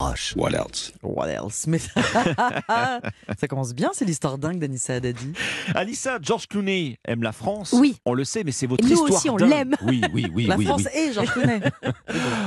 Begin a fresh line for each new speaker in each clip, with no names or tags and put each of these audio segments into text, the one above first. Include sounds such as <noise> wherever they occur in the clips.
proche.
What else
What else Mais ça commence bien, c'est l'histoire dingue d'Anissa Haddadi.
Alissa, George Clooney aime la France.
Oui.
On le sait, mais c'est votre
Et nous
histoire.
aussi, on
dingue.
l'aime.
Oui, oui, oui.
La
oui,
France
oui.
et Georges
<laughs>
Clooney.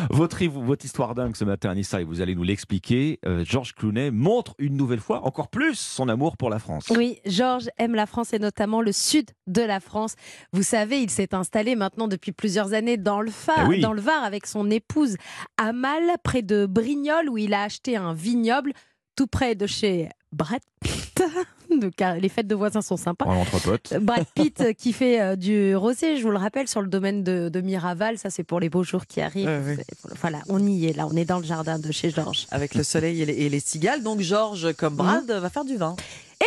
Votre, votre histoire dingue ce matin, Anissa, et vous allez nous l'expliquer. euh, George Clooney montre une nouvelle fois, encore plus, son amour pour la France.
Oui, Georges aime la France et notamment le sud de la France. Vous savez, il s'est installé maintenant depuis plusieurs années dans le, Var,
Eh oui.
dans le Var avec son épouse Amal, près de Brignoles, où il a acheté un vignoble tout près de chez Brad Pitt. <laughs> Donc, euh, les fêtes de voisins sont sympas.
En entre potes. <laughs>
Brad Pitt euh, qui fait euh, du rosé, je vous le rappelle, sur le domaine de, de Miraval. Ça, c'est pour les beaux jours qui arrivent.
Ouais, ouais.
C'est- Voilà, on y est là, on est dans le jardin de chez Georges.
Avec le soleil et les, et les cigales, donc Georges,
Mmh.
comme Brad, va faire du vin.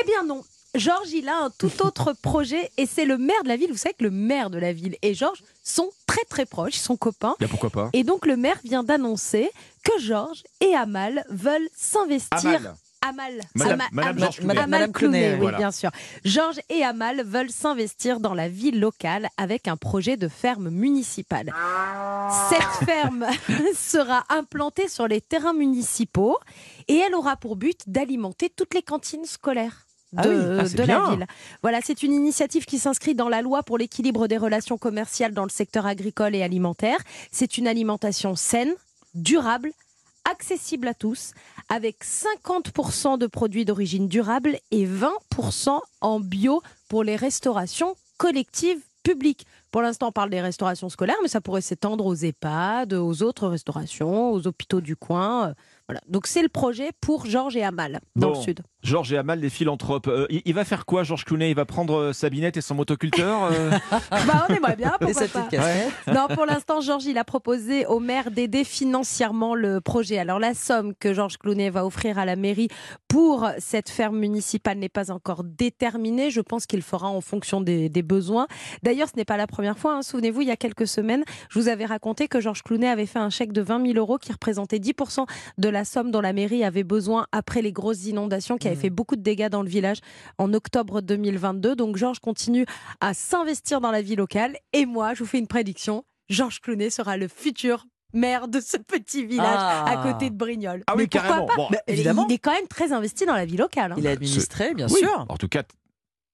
Eh bien non. Georges, il a un tout autre projet et c'est le maire de la ville. Vous savez que le maire de la ville et Georges sont très très proches, ils sont copains.
Bien, Bah, pourquoi pas
Et donc le maire vient d'annoncer que Georges et Amal veulent s'investir. Amal.
Madame-
Ama-
Madame
Amal-
Georges Clooney.
Amal
Madame Clooney,
Clooney, oui,
voilà.
bien sûr. Georges et Amal veulent s'investir dans la vie locale avec un projet de ferme municipale. Cette ferme <laughs> sera implantée sur les terrains municipaux et elle aura pour but d'alimenter toutes les cantines scolaires. De,
Ah oui.
Ah, c'est
de la
bien.
ville. Voilà, c'est une initiative qui s'inscrit dans la loi pour l'équilibre des relations commerciales dans le secteur agricole et alimentaire. C'est une alimentation saine, durable, accessible à tous, avec 50% de produits d'origine durable et 20% en bio pour les restaurations collectives publiques. Pour l'instant, on parle des restaurations scolaires, mais ça pourrait s'étendre aux EHPAD, aux autres restaurations, aux hôpitaux du coin. euh, Voilà. Donc c'est le projet pour Georges et Amal, dans
Bon.
le sud.
Georges et Amal, les philanthropes. Euh, il, il va faire quoi, Georges Clooney Il va prendre euh, sa binette et son motoculteur
<laughs>
euh,
Bah, on aimerait bien,
Et
pourquoi
sa
pas
petite casquette.
<laughs> Non, pour l'instant, Georges, il a proposé au maire d'aider financièrement le projet. Alors, la somme que Georges Clooney va offrir à la mairie pour cette ferme municipale n'est pas encore déterminée. Je pense qu'il fera en fonction des, des besoins. D'ailleurs, ce n'est pas la première fois. hein. Souvenez-vous, il y a quelques semaines, je vous avais raconté que Georges Clooney avait fait un chèque de 20 000 euros qui représentait 10% de la somme dont la mairie avait besoin après les grosses inondations qui avaient
Mhm.
fait beaucoup de dégâts dans le village en octobre 2022. Donc, Georges continue à s'investir dans la vie locale. Et moi, je vous fais une prédiction. Georges Clooney sera le futur maire de ce petit village
Ah.
à côté de Brignoles.
Ah oui,
Mais pourquoi
carrément.
pas
Bon,
Mais évidemment,
Il est quand même très investi dans la vie locale. hein.
il est administré, bien
oui.
sûr.
En tout cas,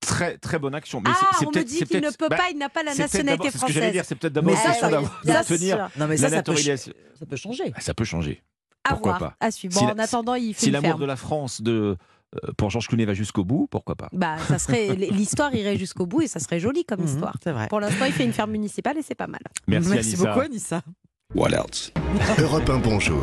très très bonne action. Mais
Ah,
c'est- c'est
on me
peut-être-
dit
c'est
qu'il ne
peut-être-
peut
bah,
pas, il n'a pas la
c'est peut-être
nationalité
d'abord- C'est ce que j'allais
françaient.
dire, c'est peut-être d'abord
Mais
une
ça,
question
ça y est,
d'avoir-
bien
d'obtenir
sûr.
Non, mais
la
ça, ça peut,
naturalisation.
ça peut changer.
Mmh.
Ah, Ça peut changer.
À
Pourquoi
voir,
pas
à suivre.
Si
Bon,
la-
en attendant, il fait
Si
une
l'amour
ferme.
de la France de, euh, pour Georges Clooney va jusqu'au bout, pourquoi pas
Bah,
<laughs>
ça serait l'histoire irait jusqu'au bout et ça serait joli comme
Mhm,
histoire.
C'est vrai.
Pour l'instant, il fait une ferme municipale et c'est pas mal.
Merci,
Merci
Anissa.
beaucoup, Anissa.
What else
Europe 1 Bonjour.